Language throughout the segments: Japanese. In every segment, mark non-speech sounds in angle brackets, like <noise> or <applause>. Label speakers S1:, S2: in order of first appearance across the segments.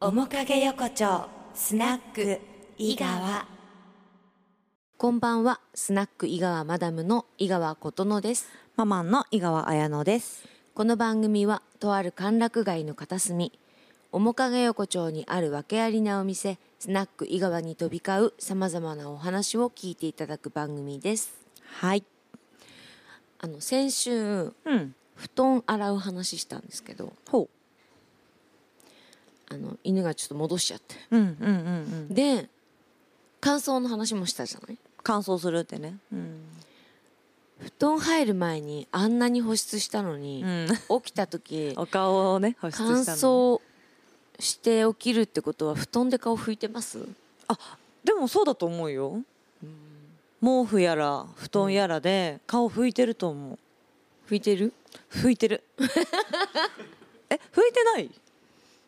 S1: 面影横丁スナック井川
S2: こんばんは、スナック井川マダムの井川琴乃です。
S3: ママンの井川彩乃です。
S2: この番組は、とある歓楽街の片隅、面影横丁にある訳ありなお店、スナック井川に飛び交う様々なお話を聞いていただく番組です。
S3: はい。
S2: あの、先週、
S3: うん。
S2: 布団洗う話したんですけど、
S3: ほ
S2: あの、犬がちょっと戻しちゃって。
S3: う。うんうんうんうん。
S2: で、乾燥の話もしたじゃない
S3: 乾燥するってね。うん。
S2: 布団入る前にあんなに保湿したのに、
S3: ん。
S2: 起きた時、
S3: お顔をね保湿したの
S2: 乾。燥して起きるってことは布団で顔拭いてます、
S3: でもそうだと思うよ。毛布やら布団やらで顔拭いてると思う。
S2: 拭いてる
S3: 拭いてる。 <laughs> え拭いてない？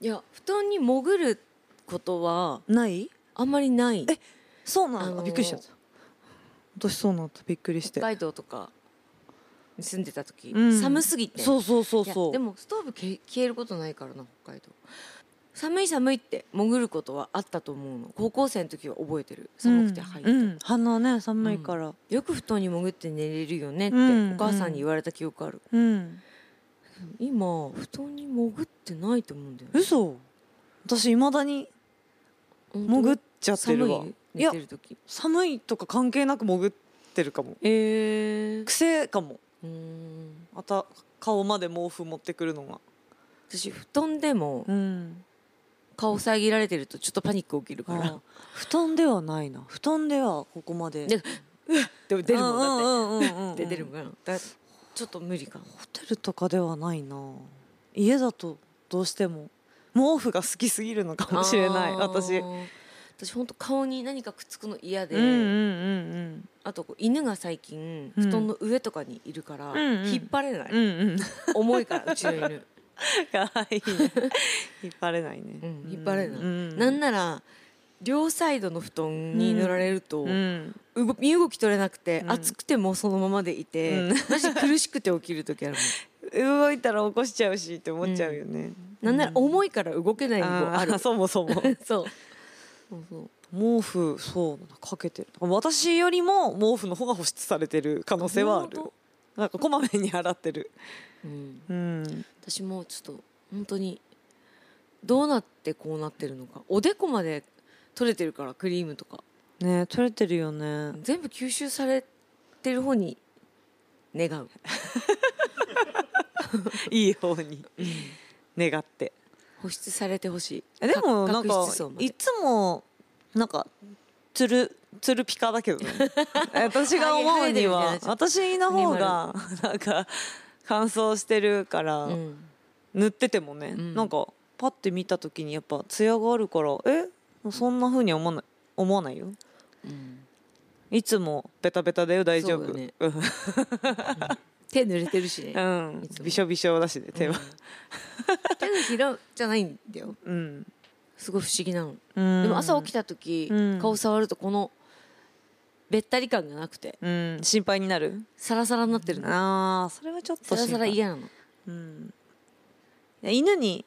S2: いや布団に潜ることは
S3: ない？
S2: あんまりない
S3: えそうなの、
S2: あのー
S3: びっくりしちゃった。私そうなったびっくりして
S2: 北。海道とかに住んでた時、
S3: うん
S2: 寒すぎて
S3: そうそうそう
S2: いや
S3: そう。
S2: でもストーブけ消えることないからな北海道寒い寒いって潜ることはあったと思うの高校生の時は覚えてる寒くて入って、
S3: うんうん、鼻はね寒いから。
S2: よく布団に潜って寝れるよねって
S3: うん
S2: お母さんに言われた記憶ある、
S3: うん
S2: 今布団に潜ってないと思うんだよね
S3: 嘘私いまだに潜っちゃってるわ
S2: 寒い
S3: いや
S2: 寝てる時
S3: 寒いとか関係なく潜ってるかも
S2: ええ
S3: 癖かも
S2: うん
S3: また顔まで毛布持ってくるのが
S2: 私布団でも
S3: うん
S2: 顔遮られてるとちょっとパニック起きるから
S3: あ布団ではないな布団ではここまで
S2: ででも出るもんだっ
S3: んだって
S2: で出るもんなだちょっと無理かも
S3: ホテルとかではないな家だとどうしても毛布が好きすぎるのかもしれない
S2: あー
S3: 私
S2: 私本当顔に何かくっつくの嫌で、
S3: うんうん
S2: あとこう犬が最近
S3: うん
S2: 布団の上とかにいるから、
S3: うんうん
S2: 引っ張れない、
S3: うんうんうん
S2: 重いからうちの犬、
S3: かわいいね引っ張れないね
S2: うん引っ張れない
S3: うん
S2: なんなら両サイドの布団に乗られると、
S3: うん
S2: 動身動き取れなくて、
S3: うん
S2: 暑くてもそのままでいて、
S3: うん
S2: マジ苦しくて起きる時あるもん
S3: 動いたら起こしちゃうしって思っちゃうよね、
S2: <laughs> なんなら
S3: い
S2: 重いから動けないのもある
S3: そもそも
S2: <laughs> そうそうそう
S3: <laughs> 毛布そうなんだかけてる私よりも毛布の方が保湿されてる可能性はある
S2: 本
S3: なんかこまめに洗ってる
S2: うん、
S3: うん
S2: 私もちょっと本当にどうなってこうなってるのかおでこまで取れてるからクリームとか
S3: ね取れてるよね
S2: 全部吸収されてる方に願う
S3: <laughs> いい方に願って
S2: 保湿されてほしい
S3: えでも
S2: か
S3: なん
S2: 角
S3: か
S2: 質層まで
S3: いつもなんかつるつるピカだけ
S2: <laughs>
S3: どねえ私が思うに
S2: ハゲハゲみたいにな
S3: は
S2: っちゃう
S3: 私の方がなんか乾燥してるから、
S2: うん
S3: 塗っててもね、
S2: うん
S3: なんかパッて見た時にやっぱツヤがあるからえそんな風には思わない思わないよ
S2: うん
S3: いつもベタベタだよ大丈
S2: そ
S3: 夫
S2: うだね
S3: うん
S2: 手濡れてるしね、
S3: うん
S2: いつも
S3: びしょびしょだしね手は
S2: 手のひらじゃないんだよ
S3: うん、
S2: すごい不思議なの
S3: うん、
S2: でも朝起きた時、
S3: うん
S2: 顔触るとこのべったり感がなくて
S3: うん心配になる
S2: サラサラになってるの
S3: ああそれはちょっ
S2: サ
S3: と
S2: ラ
S3: 心配
S2: サラ嫌なの
S3: うん、いや犬に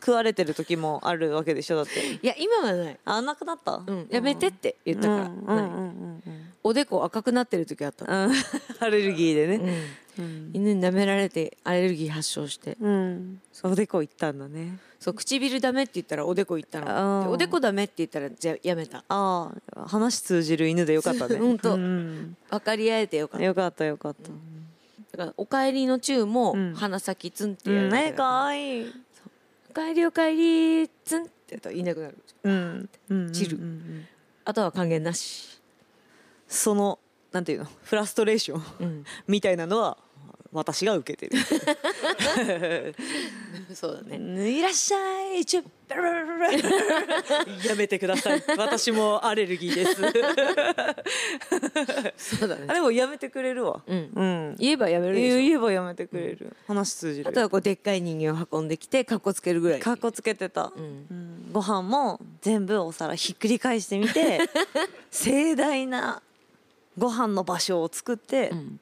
S3: 食われてる時もあるわけでしょだって
S2: いや今はない、
S3: あなくなった、
S2: うん、やめてって言ったから、
S3: うん
S2: な
S3: う
S2: い
S3: んうん
S2: おでこ赤くなってる時あったの、
S3: うんうん <laughs> アレルギーで
S2: う
S3: ね、
S2: ん犬に舐められてアレルギー発症して
S3: うん、おでこ行ったんだね
S2: そう唇ダメって言ったらおでこ行ったの
S3: あー
S2: でおでこダメって言ったらじゃあやめた
S3: ああ話通じる犬でよかったね
S2: ほんと
S3: うん
S2: 分かり合えてよかった
S3: よかったよかった、
S2: だからおかえりの中も
S3: うん
S2: 鼻先ツンって
S3: う
S2: や
S3: ん、
S2: るだけ
S3: ね
S2: だ
S3: からわいい
S2: おかえりおかえりツンって言ったらいなくなる
S3: うんうん
S2: チル
S3: うんうん
S2: あとは還元なし、
S3: そのなんていうのフラストレーション
S2: うん、
S3: みたいなのは私が受けてる
S2: <laughs> そうだね
S3: いらっしゃいちゅブルブルブルブル <laughs> やめてください私もアレルギーです
S2: そうだね
S3: あでもやめてくれるわ
S2: うん、
S3: うん
S2: 言えばやめるでしょ
S3: 言えばやめてくれる、話通じる
S2: あとはこうでっかい人形を運んできてかっこつけるぐらい
S3: かっこつけてた、
S2: うん
S3: うんご飯も全部お皿ひっくり返してみ <laughs> て盛大なご飯の場所を作って
S2: うん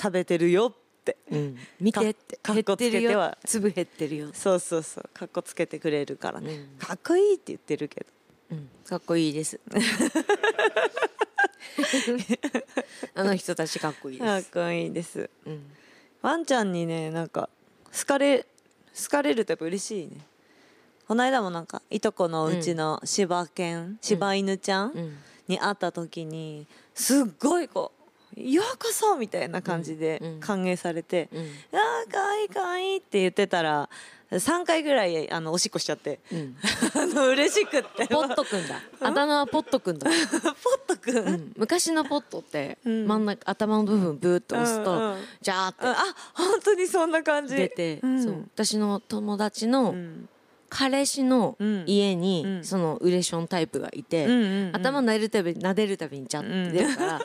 S3: 食べてるよっって
S2: うん、見てって
S3: か
S2: 減っ
S3: か
S2: てる
S3: っこつけて
S2: よ
S3: は
S2: 粒減ってるよ、
S3: そうそうそうかっこつけてくれるからね、
S2: うん
S3: かっこいいって言ってるけど
S2: うん、かっこいいです <laughs> あの人たちかっこいい
S3: か
S2: で
S3: っ
S2: す、
S3: こいいです
S2: うん、
S3: ワンちゃんにねなんか好かれ好かれるとやっぱ嬉しいねこの間もなんかいとこのうちの柴犬、柴犬ちゃん、
S2: うん
S3: に会った時にすっごいこう「ようこそ!」みたいな感じで
S2: うんうん
S3: 歓迎されて「
S2: うん
S3: あーかわいいかわいい」って言ってたら3回ぐらいあのおしっこしちゃって
S2: うん、
S3: あの嬉しくって
S2: <laughs> ポットくんだあだ名は <laughs> ポットくんだ、
S3: ポットくん、う
S2: うんん、昔のポットって
S3: うん
S2: 真ん中頭の部分ブーッと押すと、
S3: うんうん
S2: ジャーって
S3: あ本当にそんな感じ
S2: 出て、
S3: うん、
S2: そう私の友達の
S3: うん
S2: 彼氏の
S3: うん
S2: 家
S3: う
S2: に
S3: ん
S2: そのウレションタイプがいて、
S3: うんうんうん
S2: 頭撫でるたびに撫でるたびにジャーって出るから、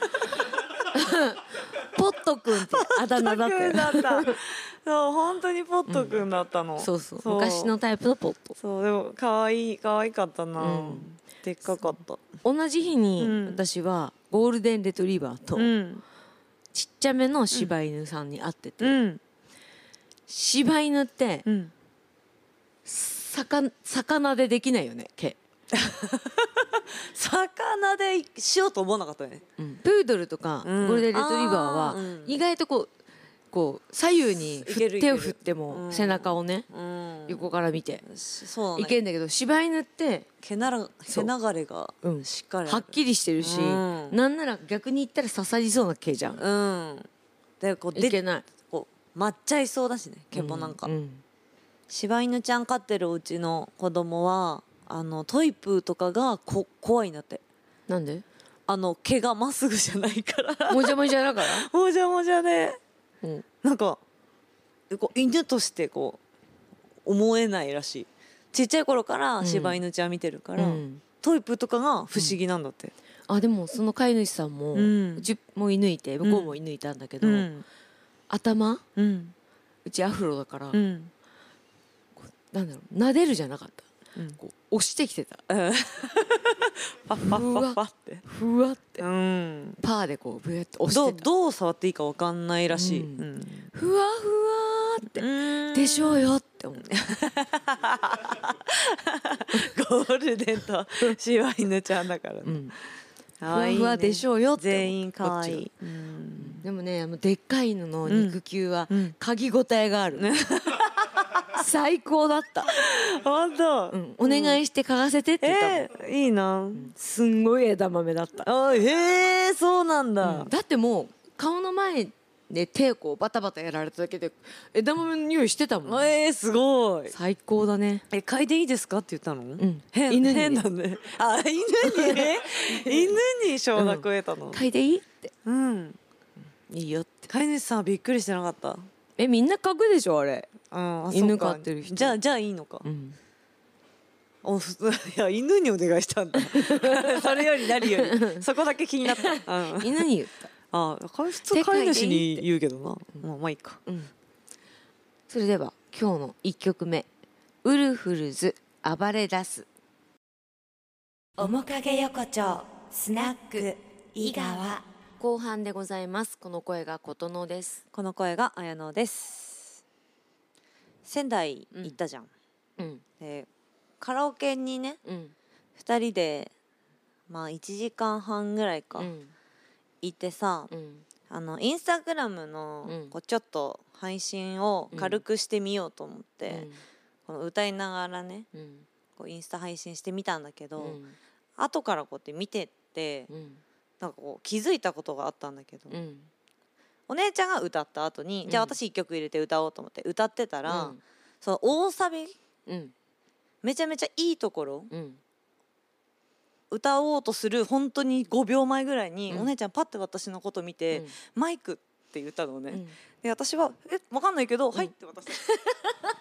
S2: <laughs> ポットくんってあだ名だった
S3: ポッ
S2: よ
S3: トくんだったそう本当にポットくんだったの、
S2: そうそう昔のタイプのポット
S3: そうでも可愛い可愛かったな、
S2: うん
S3: でっかかった
S2: 同じ日に
S3: うん
S2: 私はゴールデンレトリバーと
S3: ん
S2: ちっちゃめの柴犬さんに会ってて、
S3: うん
S2: 柴犬って
S3: うん
S2: 魚魚でできないよね毛、
S3: 魚でしようと思わなかったね
S2: プードルとかゴ
S3: うん
S2: ールデンレトリバー
S3: あ
S2: は
S3: ーうん
S2: 意外とこうこう左右に振
S3: いけるいけ
S2: 手
S3: る
S2: を振っても
S3: うん
S2: 背中をね
S3: うん
S2: 横から見て
S3: そうなん
S2: い
S3: だ
S2: けんだけど柴犬って
S3: 毛なら
S2: そ
S3: 毛
S2: う
S3: 流れが
S2: うん
S3: しっかりある
S2: はっきりしてるし
S3: うん
S2: なんなら逆に言ったら刺さりそうな毛じゃん
S3: うんでこう
S2: いけ
S3: で
S2: ない
S3: こう抹っちゃいそうだしね毛もなんか、
S2: ううん
S3: 柴犬ちゃん飼ってるうちの子供はあのトイプーとかがこ怖いんだって
S2: なんで
S3: あの毛がまっすぐじゃないから
S2: もじゃもじゃだ
S3: <laughs>
S2: から
S3: もじゃもじゃで
S2: うん
S3: なんかこう犬としてこう思えないらしいちっちゃい頃から柴犬ちゃん見てるから、
S2: うん
S3: トイプーとかが不思議なんだって、
S2: あでもその飼い主さんも
S3: うん
S2: うちも射抜いて向こうも射抜いたんだけど
S3: うん
S2: 頭
S3: うん
S2: うちアフロだから
S3: うん
S2: なんだろう撫でるじゃなかった
S3: うん
S2: こう押してきてた
S3: パッパッパッパッって
S2: ふわって
S3: うん
S2: パーでこうブーって押
S3: ど
S2: し
S3: う
S2: てた
S3: どう触っていいかわかんないらしい、
S2: うん
S3: うん
S2: ふわふわーってでしょうよって思う
S3: ゴールデンと柴犬ちゃんだから、
S2: う
S3: ね
S2: ん
S3: か
S2: ふ
S3: わ
S2: わ
S3: いいね
S2: ふわでしょうよって思う
S3: 全員可愛
S2: こっち
S3: いうん
S2: はでもねあのでっかい犬の肉球は
S3: うんうん
S2: 嗅ぎ応えがある <laughs> 最高だった
S3: 本当、
S2: うんお願いして嗅がせてって言ったもん
S3: えー、いいな、
S2: すんごい枝豆だった
S3: あへえそうなんだ、
S2: だってもう顔の前で手をこうバタバタやられただけで枝豆の匂いしてたもん
S3: えー、すごい
S2: 最高だね
S3: え嗅いでいいですかって言ったの、うん変
S2: 犬に
S3: 変だね <laughs> あ犬に <laughs> 犬に承諾を得たの
S2: 嗅いでいいって
S3: うん
S2: いいよって
S3: 飼い主さんはびっくりしてなかった
S2: えみんな嗅ぐでしょあれ
S3: うんあ
S2: 犬
S3: そっか
S2: 飼ってる人
S3: じゃあじゃあいいのか、
S2: ん
S3: おふ <laughs> いや犬にお願いしたんだ <laughs> それより何よりそこだけ気になった、うん、 <laughs>
S2: 犬に言った
S3: あ普通
S2: 世界
S3: 飼い
S2: でいいっ
S3: 主
S2: て
S3: に言うけどな、まあまあいいか
S2: それでは今日の1曲目「ウルフルズ暴れ出す
S1: 面影横丁スナック井川」
S2: 後半でございますこの声が琴乃です
S3: この声が綾乃です仙台行ったじゃん、
S2: うん
S3: でカラオケにね
S2: うん
S3: 2人でまあ1時間半ぐらいか、
S2: うん
S3: 行ってさ
S2: うん
S3: あのインスタグラムの
S2: うん
S3: こうちょっと配信を軽くしてみようと思って、この歌いながらね
S2: うん
S3: こうインスタ配信してみたんだけ
S2: う
S3: ど、
S2: ん
S3: 後からこうやって見てって
S2: うん
S3: なんかこう気づいたことがあったんだけど、
S2: うん
S3: お姉ちゃんが歌った後に、
S2: うん
S3: じゃあ私1曲入れて歌おうと思って歌ってたら、
S2: うん
S3: その大サビ
S2: うん
S3: めちゃめちゃいいところ
S2: うん
S3: 歌おうとする本当に5秒前ぐらいに、
S2: うん
S3: お姉ちゃんパッて私のこと見て、
S2: うん
S3: マイクって言ったのね、
S2: うん
S3: で私は「えわかんないけど、はい」って渡して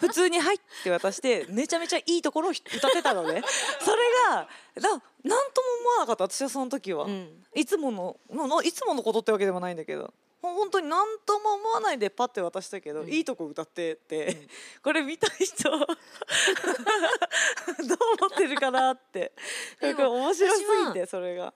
S3: 普通に「はい」って渡してめちゃめちゃいいところを歌ってたの
S2: <laughs>
S3: ねそれがだなんとも思わなかった私はその時は、
S2: うん
S3: いつものののいつものことってわけでもないんだけどほん本当に何とも思わないでパッて渡したけど、
S2: ん
S3: いいとこ歌ってって、 <laughs> これ見た人 <laughs> どう思ってるかなって
S2: で
S3: なん
S2: も
S3: か面白すぎ
S2: 私
S3: てそれが。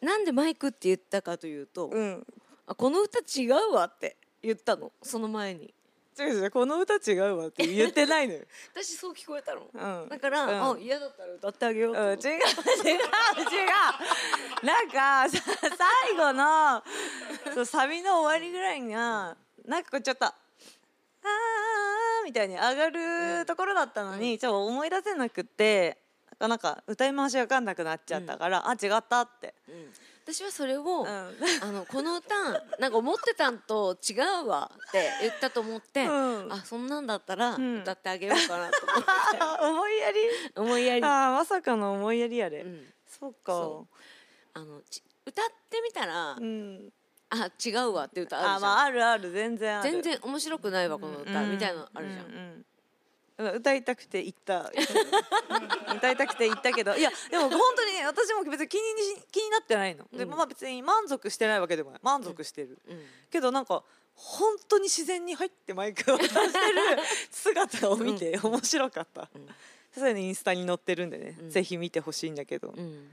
S2: なんでマイクって言ったかというと、
S3: うん
S2: あこの歌違うわって
S3: 言ったの
S2: その前に
S3: 違う違うこの歌違うわって言ってないのよ、
S2: 私そう聞こえたの
S3: うん、
S2: だから、
S3: うん
S2: あ嫌だったら歌ってあげようと
S3: うん、違
S2: 思
S3: う違う違
S2: っ
S3: う
S2: て、
S3: なんかさ最後のそうサビの終わりぐらいがなんかこうちょっと「あー」みたいに上がるところだったのに、ちょっと思い出せなくてなんかなんか歌い回しわかんなくなっちゃったから「あ違った」って。
S2: うん私はそれを、
S3: うん
S2: あのこの歌なんか思ってたんと違うわって言ったと思って、
S3: うん
S2: あそんなんだったら
S3: うん
S2: 歌ってあげようかなと思って、
S3: あー思いやり
S2: 思いやり、う
S3: あーまさかの思いやりやで、
S2: ん、
S3: そうか
S2: そあのち歌ってみたら、
S3: うん
S2: あ違うわって歌あるじゃ
S3: あ
S2: ん、
S3: まああるある全然ある
S2: 全然面白くないわこの歌、
S3: うん
S2: みたいなのあるじゃん、
S3: うんうんうん歌いたくて行った歌いたくて行ったけどいやでも本当にね私も別に気に気になってないの、で
S2: うん
S3: まあ別に満足してないわけでもない満足してる、
S2: うん
S3: けどなんか本当に自然に入ってマイクを渡してる姿を見て面白かった、
S2: ん
S3: それにインスタに載ってるんでね、
S2: うん
S3: ぜひ見てほしいんだけど、
S2: うん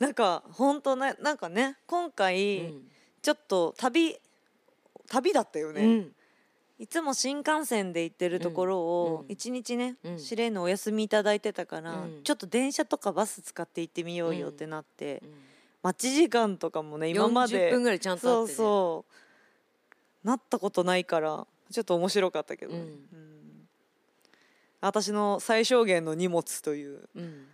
S3: なんか本当ねなんかね今
S2: う
S3: 回、
S2: ん
S3: ちょっと旅旅だったよね、
S2: うん
S3: いつも新幹線で行ってるところを
S2: うん
S3: 一日ね、
S2: うん
S3: 司令のお休みいただいてたから、
S2: うん
S3: ちょっと電車とかバス使って行ってみようよってなって、
S2: うん
S3: 待ち時間とかもね今まで
S2: 40分ぐらいちゃんと
S3: そ
S2: あっ
S3: う
S2: てね、
S3: そうなったことないからちょっと面白かったけどね、
S2: うん
S3: うん私の最小限の荷物という
S2: うん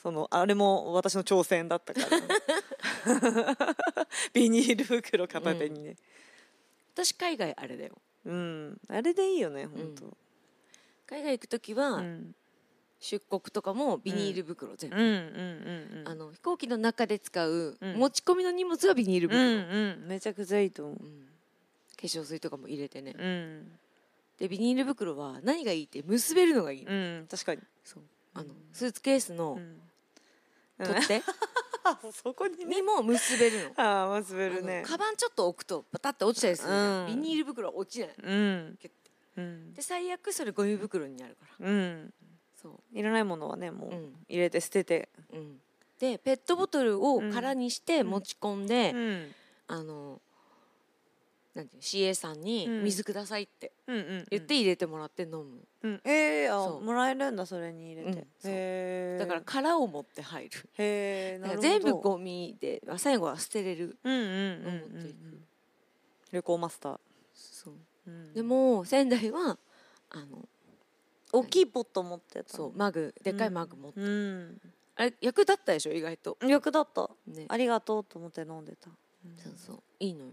S3: そのあれも私の挑戦だったから
S2: <laughs>
S3: ビニール袋片手にね、
S2: 私海外あれだよ
S3: うんあれでいいよね本当、
S2: 海外行く時は、
S3: うん
S2: 出国とかもビニール袋全部、
S3: うんうんうんうん
S2: あの飛行機の中で使う
S3: うん
S2: 持ち込みの荷物はビニール
S3: う
S2: 袋、
S3: んうんめちゃくちゃいいと思う
S2: うん化粧水とかも入れてね、
S3: うん
S2: でビニール袋は何がいいって結べるのがいいの,、
S3: うん確かに
S2: そうあのスーツケースの
S3: ん
S2: 取っ <laughs> 手
S3: あ <laughs> そこにね
S2: にも結べるの。
S3: あーまずべ
S2: あ
S3: るね
S2: のカバンちょっと置くとバタッて落ちたりするじゃん、
S3: うん
S2: ビニール袋は落ちない
S3: うん
S2: キュッて
S3: うん
S2: で最悪それゴミ袋になるから
S3: うん
S2: そ
S3: いらないものはねも
S2: う、う
S3: うん入れて捨てて
S2: うん、でペットボトルを空にして
S3: ん
S2: 持ち込んで、
S3: うん
S2: あのなんていうの CA さんに
S3: うん
S2: 水くださいって
S3: うんうん
S2: 言って入れてもらって飲む、
S3: うんええ
S2: そ
S3: あ
S2: う
S3: もらえるんだそれに入れ
S2: うん
S3: て
S2: そう
S3: へえ
S2: だから殻を持って入る
S3: へえな
S2: だ
S3: る
S2: から
S3: ほど
S2: 全部ゴミでまあ最後は捨てれる
S3: うんうんうん
S2: のを持
S3: う
S2: っ
S3: んう
S2: ていく、
S3: ん旅行マスター
S2: そう
S3: うん
S2: でも仙台はあの
S3: 大きいポット持ってた
S2: そうマグでっかいマグ持って、
S3: うん
S2: あれ役立ったでしょ意外と
S3: 逆だった
S2: ね
S3: ありがとうと思って飲んでた
S2: そうそういいのよ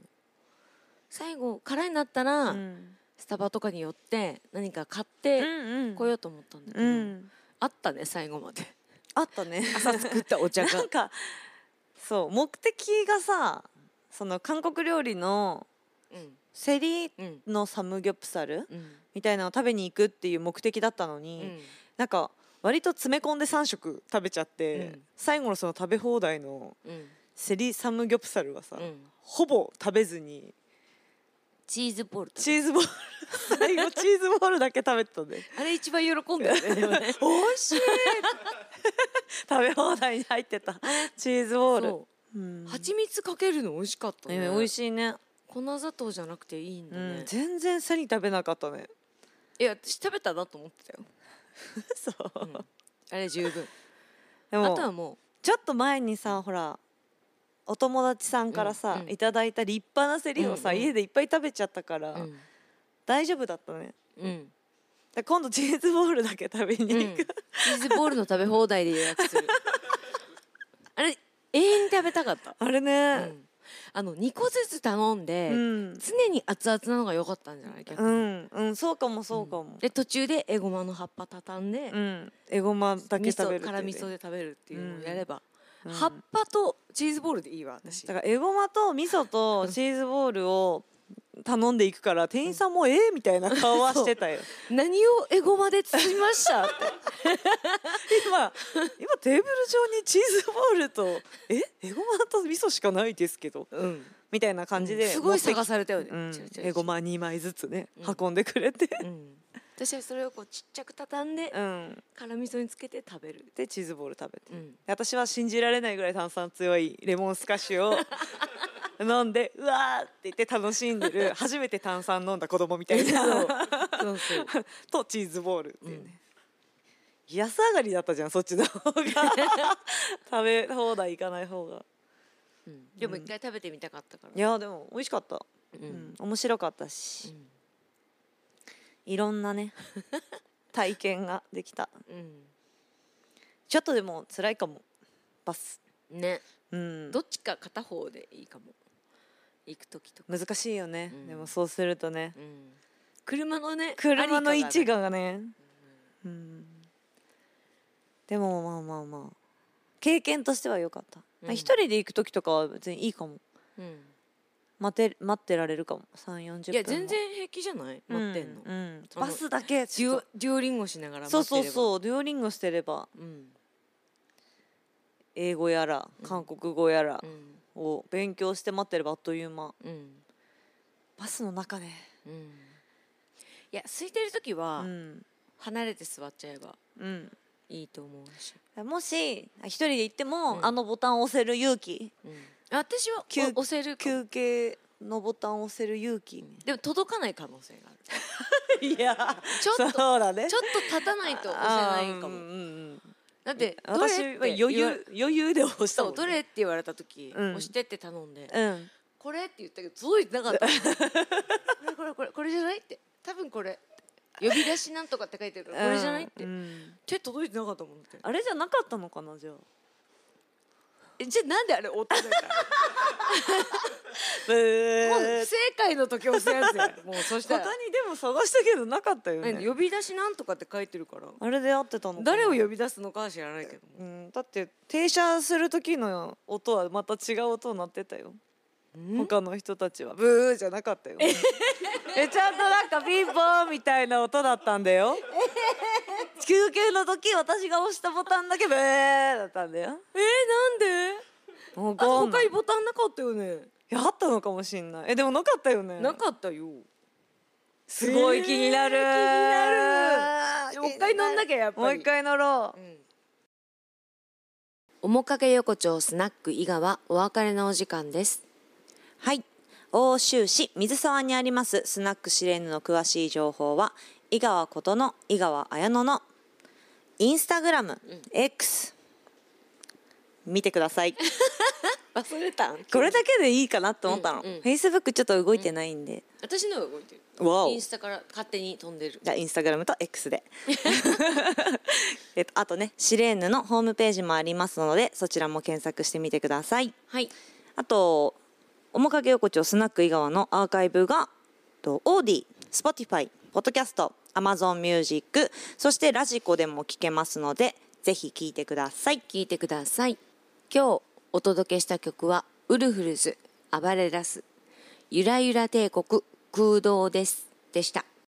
S2: 最後殻になったら、
S3: うん
S2: スタバとかに寄って何か買って
S3: うんうん
S2: 来ようと思ったんだけど、
S3: うん
S2: あったね最後まで
S3: あったね
S2: 朝作ったお茶が
S3: なんかそう目的がさその韓国料理の
S2: <laughs> うん
S3: セリ
S2: うん
S3: のサムギョプサル
S2: うん
S3: みたいなのを食べに行くっていう目的だったの
S2: う
S3: に、
S2: ん
S3: なんか割と詰め込んで3食食べちゃって、
S2: うん
S3: 最後のその食べ放題の
S2: うん
S3: セリサムギョプサルはさ、
S2: うん
S3: ほぼ食べずに
S2: チーズボールと
S3: チーズボー
S2: <laughs>
S3: ル最後チーズボールだけ食べてたんで
S2: あれ一番喜んだよねでもね
S3: <laughs> 美味しい食べ放題に入ってた <laughs> チーズボール
S2: そううん蜂蜜かけるの美味しかったね、
S3: えー美味しいね
S2: 粉砂糖じゃなくていいんだね、
S3: うん、全然セリ食べなかったね
S2: いや私食べたなと思ってたよ、
S3: そう
S2: うんあれ十分
S3: で
S2: あと
S3: も
S2: はも
S3: ちょっと前にさほらお友達さんから
S2: う
S3: さ
S2: ん、うん
S3: いただいた立派なセリをさ、
S2: うんうん
S3: 家でいっぱい食べちゃったから、
S2: ううん、
S3: 大丈夫だったね
S2: うん
S3: だ今度チーズボールだけ食べに行く、
S2: うんチーズボールの食べ放題で予約 <laughs> するあれ永遠に食べたかった、
S3: <laughs> あれ
S2: う
S3: ね
S2: ん、あの2個ずつ頼んで、
S3: うん
S2: 常に熱々なのが良かったんじゃない逆
S3: う
S2: に
S3: ん、うん、そうかもそうかも、
S2: で途中でエゴマの葉っぱ畳んで、
S3: うん、エゴマだけ
S2: 味
S3: 食べる
S2: 噌
S3: って
S2: 辛味噌
S3: ね
S2: で食べるっていうのを
S3: うん
S2: やれば、
S3: うん
S2: 葉っぱとチーズボールでいいわ私
S3: だからエゴマと味噌とチーズボールを頼んでいくから店員さんもええみたいな顔はしてたよ
S2: 何をエゴマで包みましたって
S3: 今今テーブル上にチーズボールとえエゴマと味噌しかないですけど
S2: <laughs> うん
S3: みたいな感じで、
S2: すご
S3: 持
S2: い
S3: ってき
S2: 探されたよね、
S3: うん
S2: 違う違う違う
S3: エゴマ2枚ずつね、
S2: うん
S3: 運んでくれて
S2: うん私はそれをこうちっちゃく畳んで
S3: うん
S2: 辛味噌につけて食べる
S3: でチーズボール食べて
S2: うん
S3: <laughs> 私は信じられないぐらい炭酸強いレモンスカッシュを飲んでうわーって言って楽しんでる初めて炭酸飲んだ子供みたいな
S2: そうそう
S3: とチーズボールっていうね、安上がりだったじゃんそっちの方が食べ放題行かない方が
S2: うんでも一回食べてみたかったから
S3: いやでも美味しかった、
S2: う
S3: うんん、面白かったし、いろんな <laughs> ね体験ができたちょっとでも辛いかもバス
S2: うんね
S3: うん
S2: どっちか片方でいいかも行く時とか、
S3: 難しいよね、
S2: うん
S3: でもそうするとね
S2: うん、車のね
S3: 車の位置
S2: が
S3: がねうんでもまあまあまあ経験としては良かった
S2: うん
S3: 一、人で行く時とかは別にいいかも
S2: うん
S3: 待て待ってられるかも3 4 0分
S2: いや全然平気じゃない待ってんの、
S3: うんうん
S2: あの
S3: バスだけ
S2: デ
S3: ち
S2: ュ
S3: ょ
S2: オ
S3: っ
S2: デュオリンゴしながら
S3: と
S2: 待
S3: そう
S2: ってれ
S3: そう
S2: ば
S3: そうデュオリンゴしてれば
S2: ううん、
S3: 英語やら
S2: うん
S3: 韓国語やら
S2: うん
S3: を勉強して待ってればあっという間
S2: うん
S3: バスの中で
S2: うんいや空いてる時
S3: う
S2: は
S3: ん
S2: 離れて座っちゃえば
S3: うん
S2: いいと思うし、
S3: もしあ一人で行っても、
S2: うん
S3: あのボタンを押せる勇気
S2: うん、私は
S3: 休
S2: お押せるかも
S3: 休憩のボタンを押せる勇気
S2: でも届かない可能性がある
S3: いや
S2: ちょっとちょ
S3: <laughs>
S2: っ
S3: そうだね
S2: と立たないと押せないか
S3: あーうん
S2: も
S3: うんうん
S2: だってどれっ
S3: 私
S2: て
S3: は余裕
S2: 言われ
S3: 余裕で押した
S2: そ
S3: も、
S2: うん
S3: ね、
S2: どれって言われた時、
S3: うん
S2: 押してって頼んで、
S3: うん
S2: これって言ったけど届いてなかったもんこれこれこれこれじゃないって多分これ呼び出しなんとかって書いてるからこれじゃないって、
S3: うん
S2: 手届いてなかったもんって
S3: あれじゃなかったのかなじゃあ
S2: えじゃあなんであれ音だから
S3: ブ
S2: もう
S3: ー
S2: 不正解の時押すやつやもうそした
S3: 他
S2: ら、
S3: にでも探したけどなかったよ
S2: 何
S3: ね
S2: 呼び出しなんとかって書いてるから
S3: あれで合ってたのかな
S2: 誰を呼び出すのかは知らないけど
S3: う
S2: も
S3: ん、だって停車する時の音はまた違う音になってたよ
S2: ん
S3: 他の人たちはブーじゃなかったよえちゃんとなんかピンポンみたいな音だったんだ <laughs> よ休憩の時私が押したボタンだけブーだったんだよ
S2: えー、なんで
S3: わか
S2: あ
S3: んな
S2: 他
S3: い
S2: にボタンなかったよね
S3: いやあったのかもしんないえでもなかったよね
S2: なかったよ
S3: すごい気になる、
S2: えー
S3: 気にな
S2: で
S3: る
S2: もう一回乗んなきゃやっぱり
S3: もう一回乗ろう
S2: 面影横丁スナック伊賀はお別れのお時間です
S3: はい奥州市水沢にありますスナックシレンヌの詳しい情報は井川ことの井川綾乃のインスタグラム、X 見てくだ
S2: <laughs>
S3: さい
S2: 忘れたん
S3: これだけでいいかなと思ったの、
S2: うんうん
S3: Facebook ちょっと動いてないんで、
S2: 私のが動いてる
S3: わお
S2: インスタから勝手に飛んでる
S3: じゃあインスタグラムと X
S2: <laughs>
S3: で <laughs> えっとあとねシレーヌのホームページもありますのでそちらも検索してみてください
S2: はい
S3: あと面影横丁スナック井川のアーカイブがとオーディ Spotify ポッドキャスト Amazon ミュージックそしてラジコでも聞けますのでぜひ聞いてください
S2: 聞いてください今日お届けした曲はウルフルズ暴れラスゆらゆら帝国空洞ですでした